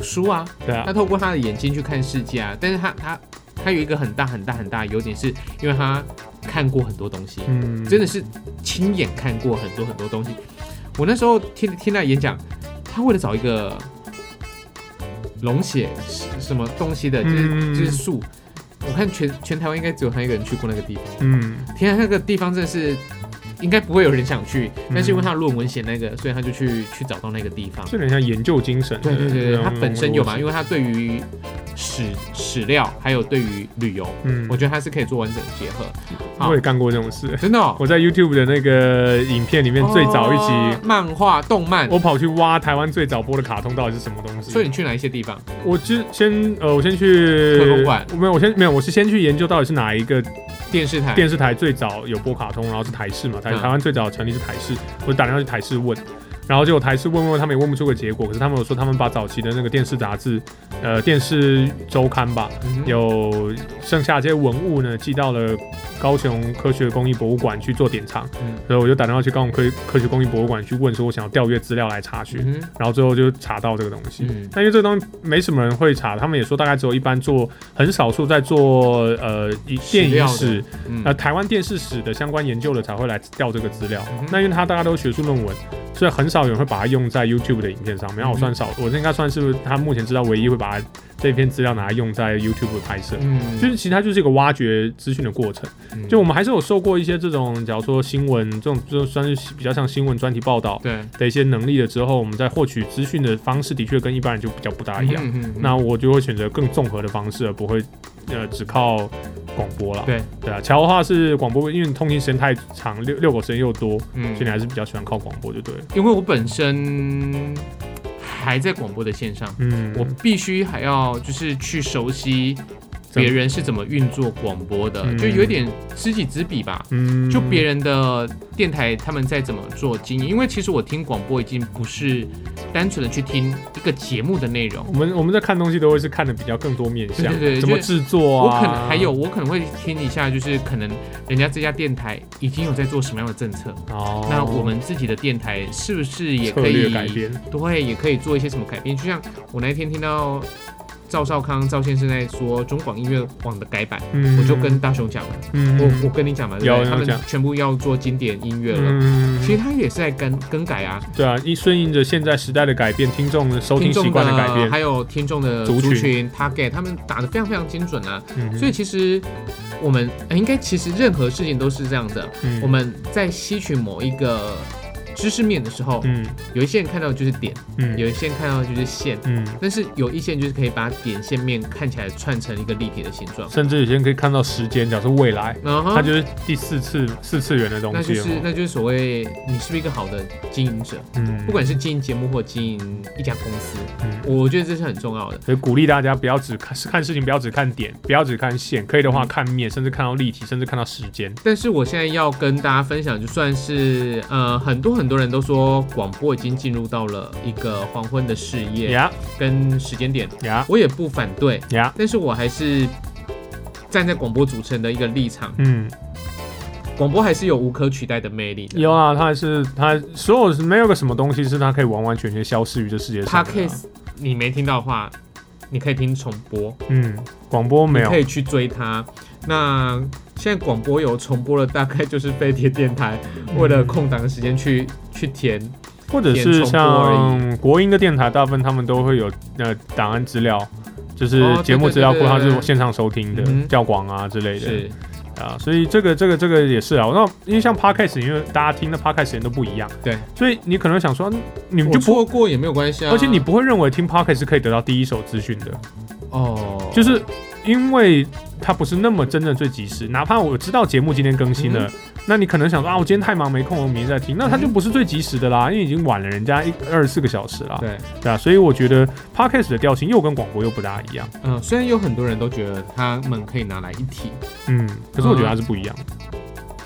B: 书啊，
A: 对啊
B: 他，透过他的眼睛去看世界啊。但是他他他有一个很大很大很大的优点，是因为他看过很多东西，
A: 嗯，
B: 真的是亲眼看过很多很多东西。我那时候听听他演讲，他为了找一个龙血是什么东西的，就是、
A: 嗯
B: 就是树。我看全全台湾应该只有他一个人去过那个地方，
A: 嗯
B: 天啊，那个地方真的是应该不会有人想去，但是因为
A: 嗯
B: 他的论文写那个，所以他就去去找到那个地方。
A: 这有点像研究精神的
B: 对
A: 这
B: 对
A: 种逻辑。
B: 对对，他本身有嘛，因
A: 为
B: 为他对于史史料还有对于旅游，
A: 嗯，
B: 我觉得他是可以做完整的结合，好
A: 我也干过这种事。
B: 真的、哦。
A: 我在 YouTube 的那个影片里面最早一
B: 哦
A: 集，
B: 漫画、动漫，
A: 我跑去挖台湾最早播的卡通到底是什么东西。
B: 所以你去哪一些地方？
A: 我之先呃，我先去
B: 科公馆，
A: 没有，我先没有，我是先去研究到底是哪一个
B: 电视台？
A: 电视台最早有播卡通，然后是台视嘛，台
B: 嗯
A: 台湾最早成立是台视，我就打电话去台视问，然后结果台视问问他们也问不出个结果，可是他们有说他们把早期的那个电视杂志，呃，电视周刊吧，
B: 嗯哼
A: 有剩下这些文物呢，寄到了高雄科学工艺博物馆去做典藏，
B: 嗯
A: 所以我就打电话去高雄科科学工艺博物馆去问，说我想要调阅资料来查询，
B: 嗯哼
A: 然后最后就查到这个东西。
B: 嗯
A: 那因为这个东西没什么人会查，他们也说大概只有一般做很少数在做呃以电影
B: 史料
A: 史
B: 嗯
A: 呃，台湾电视史的相关研究的才会来调这个资料。
B: 嗯哼
A: 那因为它大家都是学术论文，所以很少有人会把它用在 YouTube 的影片上面。
B: 嗯
A: 然后我算少，我应该算是他目前知道哎唯一会把它这篇资料拿来用在 YouTube 的拍摄。
B: 嗯
A: 就是其实它就是一个挖掘资讯的过程。
B: 嗯
A: 就我们还是有受过一些这种，假如说新闻这种，就算是比较像新闻专题报道
B: 对
A: 的一些能力了之后，我们在获取资讯的方式的确跟一般人就比较不大一样。
B: 嗯哼嗯哼
A: 那我就会选择更综合的方式，而不会呃只靠广播了。
B: 对
A: 对啊，桥的话是广播，因为通勤时间太长，遛遛狗时间又多，所
B: 嗯
A: 以你还是比较喜欢靠广播就对了。
B: 因为我本身还在广播的线上，
A: 嗯，
B: 我必须还要就是去熟悉
A: 怎
B: 别人是怎么运作广播的，
A: 嗯
B: 就有点知己知彼吧。
A: 嗯
B: 就别人的电台他们在怎么做经营，因为其实我听广播已经不是单纯的去听一个节目的内容
A: 我，们我们在看东西都会是看的比较更多面向，
B: 对对对
A: 怎么制作
B: 我
A: 啊，
B: 可能还有，我可能会听一下，就是可能人家这家电台已经有在做什么样的政策，
A: 哦，
B: 那我们自己的电台是不是也
A: 策
B: 可以
A: 略改变，
B: 对，也可以做一些什么改变？就像我那一天听到赵少康赵先生在说中广音乐网的改版，
A: 嗯
B: 我就跟大雄讲了，
A: 嗯
B: 我我跟你讲嘛，对不
A: 有
B: 对？他
A: 有
B: 们
A: 讲
B: 全部要做经典音乐了，
A: 嗯
B: 其实他也是在更更改啊，
A: 对啊，一顺应着现在时代的改变，听众的收听
B: 听众
A: 习惯的改变，
B: 还有听众的
A: 族
B: 族
A: 群
B: 群 target，他们打得非常非常精准啊。
A: 嗯哼
B: 所以其实我们、呃应该其实任何事情都是这样的，
A: 嗯
B: 我们在吸取某一个知识面的时候，
A: 嗯
B: 有一些人看到的就是点，
A: 嗯
B: 有一些人看到的就是线。
A: 嗯，
B: 但是有一些人就是可以把点线面看起来串成一个立体的形状，
A: 甚至有些人可以看到时间，假如说未来，
B: 然后
A: 它就是第四次四次元的东
B: 啊那就
A: 西了
B: 是
A: 嘛，
B: 那就是所谓你是不是一个好的经营者，
A: 嗯
B: 不管是经营节目或经营一家公司，
A: 嗯
B: 我觉得这是很重要的。
A: 所以鼓励大家不要只看看事情，不要只看点，不要只看线，可以的话看面，甚至看到立体，甚至看到时间。
B: 但是我现在要跟大家分享，就算是呃很多很很多人都说广播已经进入到了一个黄昏的事业
A: 呀
B: 跟时间点，
A: 呀
B: 我也不反对，
A: 呀，
B: 但是我还是站在广播主持人的一个立场，
A: 嗯，
B: 广播还是有无可取代的魅力的。
A: 有啊，他还是他所有没有个什么东西是他可以完完全全消失于这世界上的啊。
B: Podcast 你没听到的话，你可以听重播，
A: 嗯，广播
B: 你
A: 没有
B: 可，以去追它。那现在广播有重播了，大概就是飞碟电台
A: 嗯
B: 为了空档的时间去去填，
A: 或者是
B: 点重播
A: 像国营的电台，大部分他们都会有呃档案资料，就是
B: 哦
A: 节目
B: 对对
A: 资料库，
B: 对对
A: 它是
B: 对
A: 现场收听的
B: 嗯哼
A: 教广啊之类的。
B: 是
A: 啊，所以这个这个这个也是啊。那因为像 podcast，因为大家听的 podcast 时间都不一样，
B: 对，
A: 所以你可能想说，嗯你们
B: 我
A: 就不，
B: 错过也没有关系啊。
A: 而且你不会认为听 podcast 是可以得到第一手资讯的，
B: 哦，
A: 就是因为它不是那么真正最及时。哪怕我知道节目今天更新
B: 嗯
A: 了，那你可能想说啊，我今天太忙没空，我明天再听，那它就不是最及时的啦，因为已经晚了人家一二十四个小时啦，
B: 对，
A: 对啊。所以我觉得 podcast 的调性又跟广播又不大一样，
B: 嗯、虽然有很多人都觉得他们可以拿来一体，
A: 嗯，可是我觉得
B: 嗯
A: 它是不一样的，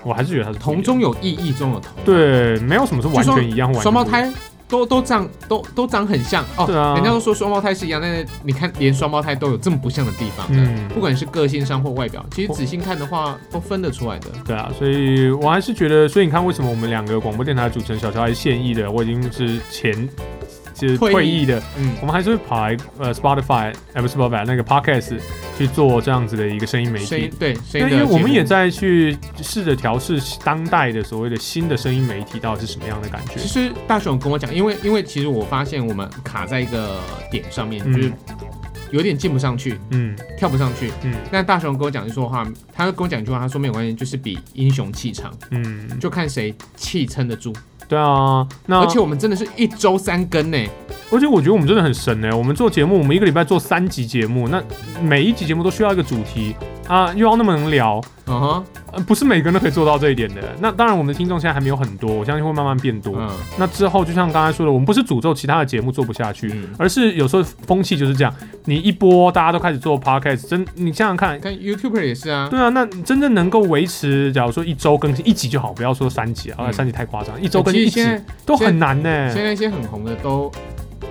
A: 我还是觉得它是不一
B: 同
A: 样的。
B: 中有异，异中有同。，
A: 对，没有什么是完
B: 就
A: 全一样，完全
B: 双胞
A: 不一样
B: 胎都都长都都长很像哦。
A: 对啊
B: 人家都说双胞胎是一样，但是你看连双胞胎都有这么不像的地方的，
A: 嗯
B: 不管是个性上或外表，其实仔细看的话都分得出来的。
A: 对啊，所以我还是觉得，所以你看，为什么我们两个广播电台的主持人小乔还是现役的，我已经是前就是
B: 退役
A: 退役的，
B: 嗯，
A: 我们还是会跑来呃 Spotify，呃不是 Spotify 那个 Podcast 去做这样子的一个声音媒
B: 声音
A: 体。
B: 对声
A: 对，
B: 音
A: 因
B: 的，
A: 为我们也，在去试着调试当代的所谓的新的声音媒体到底是什么样的感觉
B: 其。实大雄跟我讲，因为因为其实我发现我们卡在一个点上面，
A: 嗯
B: 就是有点进不上去，
A: 嗯
B: 跳不上去。
A: 嗯
B: 但大雄跟我讲一句话，他跟我讲一句话，他说没有关系，就是比英雄气长，
A: 嗯，
B: 就看谁气撑得住。
A: 对啊，那
B: 而且我们真的是一周三更呢，
A: 而且我觉得我们真的很神欸呢、我们做节目，我们一个礼拜做三集节目，那每一集节目都需要一个主题啊，又要那么能聊，
B: 嗯哼，
A: 呃，不是每个人都可以做到这一点的。那当然，我们的听众现在还没有很多，我相信会慢慢变多。
B: 嗯
A: 那之后，就像刚才说的，我们不是诅咒其他的节目做不下去，
B: 嗯
A: 而是有时候风气就是这样，你一波大家都开始做 podcast，真你想想看。
B: 看 YouTuber 也是啊，
A: 对啊，那真正能够维持，假如说一周更新一集就好，不要说三集啊，
B: 嗯
A: 三集太夸张，一周更新
B: 其实
A: 一集嗯
B: 现在
A: 都很难欸呢、
B: 现在一些很红的都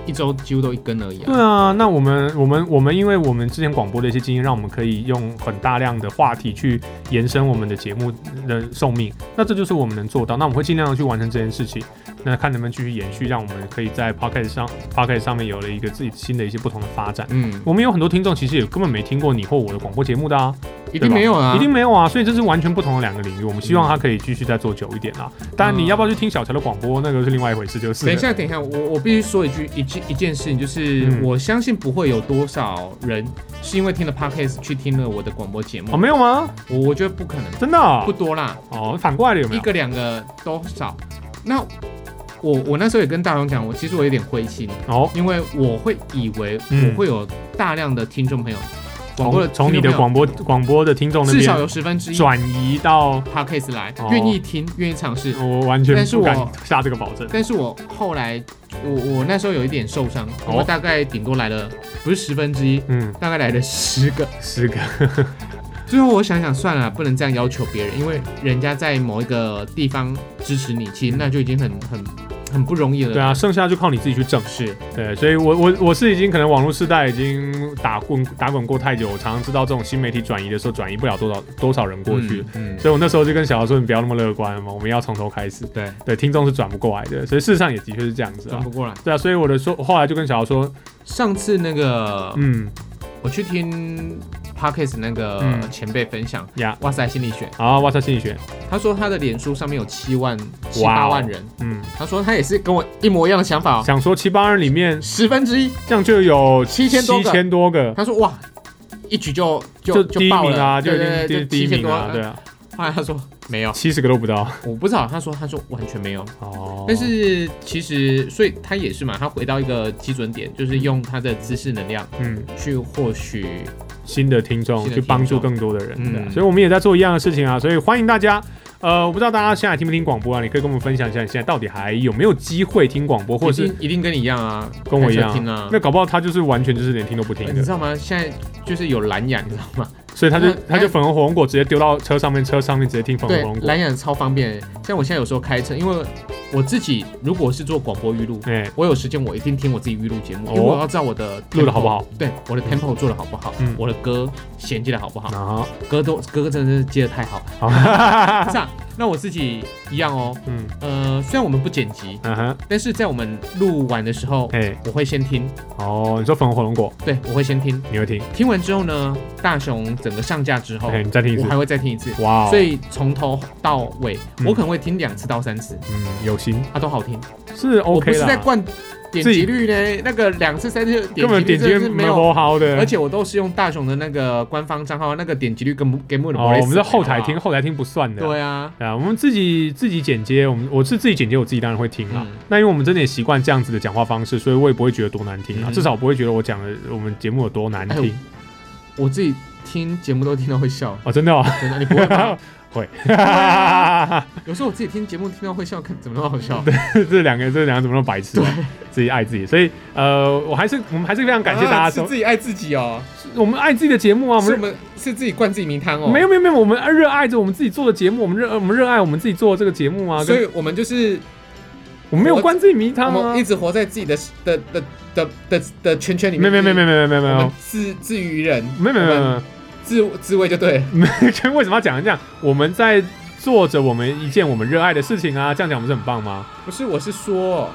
B: 一周几乎都一更而已
A: 对
B: 啊。
A: 啊，那我们我们我们，因为我们之前广播的一些经验，让我们可以用很大量的话题去延伸我们的节目的寿命。那这就是我们能做到，那我们会尽量的去完成这件事情。那看能不能继续延续，让我们可以
B: 嗯
A: 在 p o c k e t 上 p o c k e t 上面有了一个自己新的一些不同的发展。
B: 嗯，
A: 我们有很多听众其实也根本没听过你或我的广播节目的啊，
B: 一
A: 一
B: 定没有啊，
A: 一定没有啊，所以这是完全不同的两个领域。我们希望他可以继续再做久一点啦。当然，你要不要去听小乔的广播，那个是另外一回事，就是了
B: 等一下，等一下，我我必须说一句一句一件事情，就是、
A: 嗯
B: 我相信不会有多少人是因为听了 podcast 去听了我的广播节目，
A: 哦，没有吗？
B: 我我觉得不可能，
A: 真的啊、
B: 不多啦，
A: 哦，反过来的有没
B: 一
A: 有？
B: 个两个都少。那我我那时候也跟大荣讲，我其实我有点灰心，
A: 哦，
B: 因为我会以为
A: 嗯
B: 我会有大量的听众朋友，广播的
A: 从从你的
B: 听众
A: 广播广播的听众
B: 朋
A: 那
B: 友至少
A: 边
B: 有十分之一
A: 转移到，
B: podcast 来
A: 哦，
B: 愿意听，愿意尝试。
A: 我完全
B: 但是
A: 不
B: 我
A: 敢下这个保证。
B: 但是我后来，我我那时候有一点受伤，
A: 哦
B: 我大概顶多来了不是十分之一，
A: 嗯，
B: 大概来了十个。
A: 十个，
B: 最后我想想算了，不能这样要求别人，因为人家在某一个地方支持你，其实那就已经很很很不容易了。
A: 对啊，剩下就靠你自己去整。
B: 是，
A: 对，所以我我我是已经可能网络时代已经打滚打滚过太久，我常常知道这种新媒体转移的时候转移不了多少多少人过去，
B: 嗯，嗯
A: 所以我那时候就跟小姚说，你不要那么乐观嘛，我们要从头开始。
B: 对，啊
A: 对，听众是转不过来的，所以事实上也的确是这样子
B: 转
A: 啊。
B: 不过来。
A: 对啊，所以我的说，我后来就跟小姚说，
B: 上次那个、
A: 嗯，
B: 我去听 podcast 那个
A: 嗯
B: 前辈分享，
A: 呀
B: 哇塞心理学，
A: 好，哇塞心理学，
B: 他说他的脸书上面有七万七
A: 哇
B: 八
A: 哦
B: 万人，
A: 嗯，
B: 他说他也是跟我一模一样的想法、哦，
A: 想说七八人里面
B: 十分之一。
A: 这样就有
B: 7000多个
A: 7000多个
B: 他说哇，一举就
A: 就
B: 就
A: 第一
B: 爆
A: 名
B: 了
A: 啊，就
B: 对
A: 一定
B: 对
A: 第
B: 对，
A: 第一
B: 7000
A: 名
B: 多
A: 啊，对。啊，
B: 后来他说没有，
A: 七十个都不到。
B: 我不知道。他说他说完全没有。
A: 哦，
B: 但是其实，所以他也是嘛，他回到一个基准点，就是用他的知识能量
A: 嗯，
B: 去获取。
A: 新的听众
B: 新的
A: 去帮助
B: 听众
A: 更多的人，
B: 嗯
A: 对啊所以我们也在做一样的事情啊，所以欢迎大家。呃，我不知道大家现在听不听广播啊？你可以跟我们分享一下，你现在到底还有没有机会听广播，或者
B: 一
A: 是
B: 定一定跟你一样啊，
A: 跟我一
B: 开
A: 样
B: 车听啊
A: 那。搞不好他就是完全就是连听都不听
B: 呃你
A: 的
B: 知，道吗？现在就是有蓝牙，你知道吗？
A: 所以他就
B: 那
A: 他就粉红火龙果直接丢到车上面，车上面直接听粉红
B: 对
A: 火龙，果。
B: 蓝牙超方便。像我现在有时候开车，因为我自己如果是做广播预录，
A: 哎、
B: 我有时间我一定听我自己预录节目，
A: 哦
B: 因为我要知道我的
A: 录得
B: tempo，
A: 好不好，
B: 对我的 tempo 做的好不好，
A: 嗯
B: 我的歌衔接的好不好，
A: 然后，
B: 歌都歌真的是接的太好，
A: 好，
B: 是啊，那我自己一样哦，
A: 嗯
B: 呃，虽然我们不剪辑，
A: 嗯哼，
B: 但是在我们录完的时候，
A: 哎、
B: 我会先听，
A: 哦，你说粉红火龙果，
B: 对我会先听，
A: 你会听？
B: 听完之后呢，大雄整个上架之后
A: 哎、，你再听一
B: 我还
A: 次，
B: 会再听一次，
A: 哇、哦，
B: 所以从头到尾，
A: 嗯
B: 我可能会听两次到三次，
A: 嗯，有心
B: 它都好听。
A: 是
B: 我
A: OK
B: 不是在
A: 啦，
B: 灌点击率呢，那个两次三次
A: 根
B: 点
A: 本
B: 击
A: 点
B: 率真
A: 击
B: 的是没有。
A: 不好的，
B: 而且我都是用大雄的那个官方账号，那个点击率跟不跟不
A: 哦，我们在后台听，。后台听不算的。
B: 啊对啊，
A: 啊，我们自己自己剪接，我们我是自己剪接，我自己当然会听啦。
B: 嗯
A: 那因为我们真的也习惯这样子的讲话方式，所以我也不会觉得多难听啊，
B: 嗯
A: 至少我不会觉得我讲的我们节目有多难
B: 哎
A: 听
B: 呦我自己听节目都听到会笑，
A: 哦，真 的哦，
B: 真的你不 会吗？
A: 会，
B: 有时候我自己听节目听到会笑，看怎么那么好笑？
A: 这两个这两个怎么那么白痴、啊？自己爱自己，所以呃，我还是我们还是非常感谢大家
B: 啊是
A: 收，
B: 自己爱自己哦，
A: 我们爱自己的节目啊，我
B: 是我
A: 们。
B: 们是自己灌自己迷汤哦，
A: 没有没有没有，我们热爱着我们自己做的节目，我们热我们热爱我们自己做的这个节目啊，
B: 所
A: 跟
B: 以我们就是
A: 我们没有
B: 我
A: 关自己迷
B: 我
A: 汤啊
B: 们，一直活在自己的的的的的的圈圈里
A: 没有
B: 面，
A: 没有没有没有没有没有没有没有
B: 我们自自娱人，
A: 没有没有没有没有。
B: 自自慰就对了。
A: 跟为什么要讲成这样？我们在做着我们一件我们热爱的事情啊，这样讲不是很棒吗？
B: 不是，我是说，哦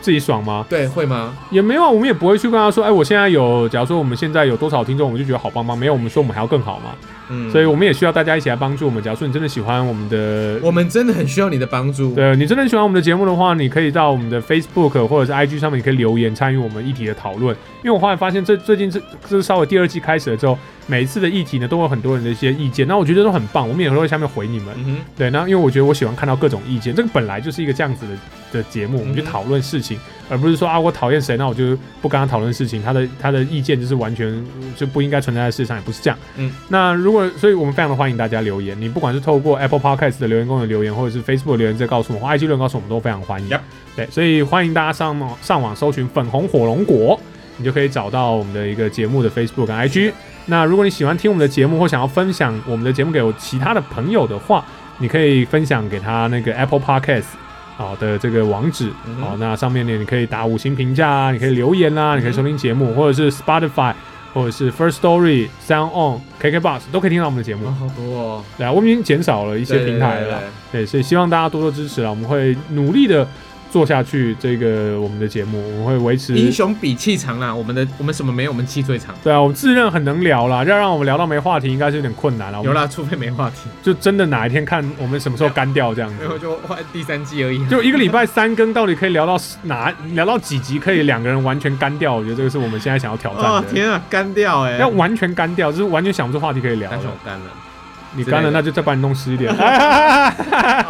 A: 自己爽吗？
B: 对，会吗？
A: 也没有啊，我们也不会去跟他说，哎，我现在有，假如说我们现在有多少听众，我们就觉得好棒棒。没有，我们说我们还要更好嘛。
B: 嗯，
A: 所以我们也需要大家一起来帮助我们。假如说你真的喜欢我们的。
B: 我们真的很需要你的帮助。
A: 对你真的喜欢我们的节目的话，你可以到我们的 Facebook 或者是 IG 上面，你可以留言参与我们议题的讨论。因为我后来发现这，最近这这稍微第二季开始了之后，每一次的议题呢，都有很多人的一些意见，那我觉得都很棒，我们也会在下面回你们。
B: 嗯哼，
A: 对，那因为我觉得我喜欢看到各种意见，这个本来就是一个这样子的的节目，我们去
B: 嗯哼
A: 讨论事情，而不是说啊我讨厌谁，那我就不跟他讨论事情，他的他的意见就是完全就不应该存在在世上，也不是这样。
B: 嗯，
A: 那如果所以我们非常的欢迎大家留言，你不管是透过 Apple Podcast 的留言功能留言，或者是 Facebook 留言再告诉我们，或 IG 留言告诉我们，都非常欢迎。
B: Yep
A: 对，所以欢迎大家上网上网搜寻粉红火龙果，你就可以找到我们的一个节目的 Facebook 跟 IG。那如果你喜欢听我们的节目，或想要分享我们的节目给我其他的朋友的话，你可以分享给他那个 Apple Podcast 好、的这个网址，
B: 嗯
A: 好、
B: 哼
A: 那上面呢你可以打五星评价啊，你可以留言啦、
B: 嗯哼
A: 你可以收听节目，或者是 Spotify，或者是 First Story、Sound On、KKBox 都可以听到我们的节目
B: 哇，。好多哦，
A: 对啊，我们已经减少了一
B: 一
A: 些平台了啦，对，所以希望大家多多支持啊，我们会努力的做下去这个我们的节目，我们会维持
B: 英雄比气长啦，我们的我们什么没有，我们气最长。
A: 对啊，我们自认很能聊啦，要让我们聊到没话题，应该是有点困难了。我
B: 有
A: 们
B: 啦，除非没话题，
A: 就真的哪一天看我们什么时候干掉这样
B: 然后
A: 子。
B: 就换第三季而已。啊
A: 就一个礼拜三更，到底可以聊到哪？聊到几集可以两个人完全干掉？我觉得这个是我们现在想要挑
B: 哦
A: 战的。
B: 天啊，干掉哎、
A: 要完全干掉，就是完全想不出话题可以聊
B: 但是我
A: 了。
B: 干 了。
A: 你干了，
B: 之类的
A: 那就再把你弄湿一 点。
B: 好了好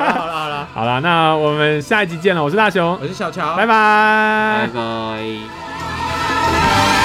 B: 了好了，
A: 好啦，那我们下一集见了。我是大雄，
B: 我是小乔，
A: 拜拜
B: 拜。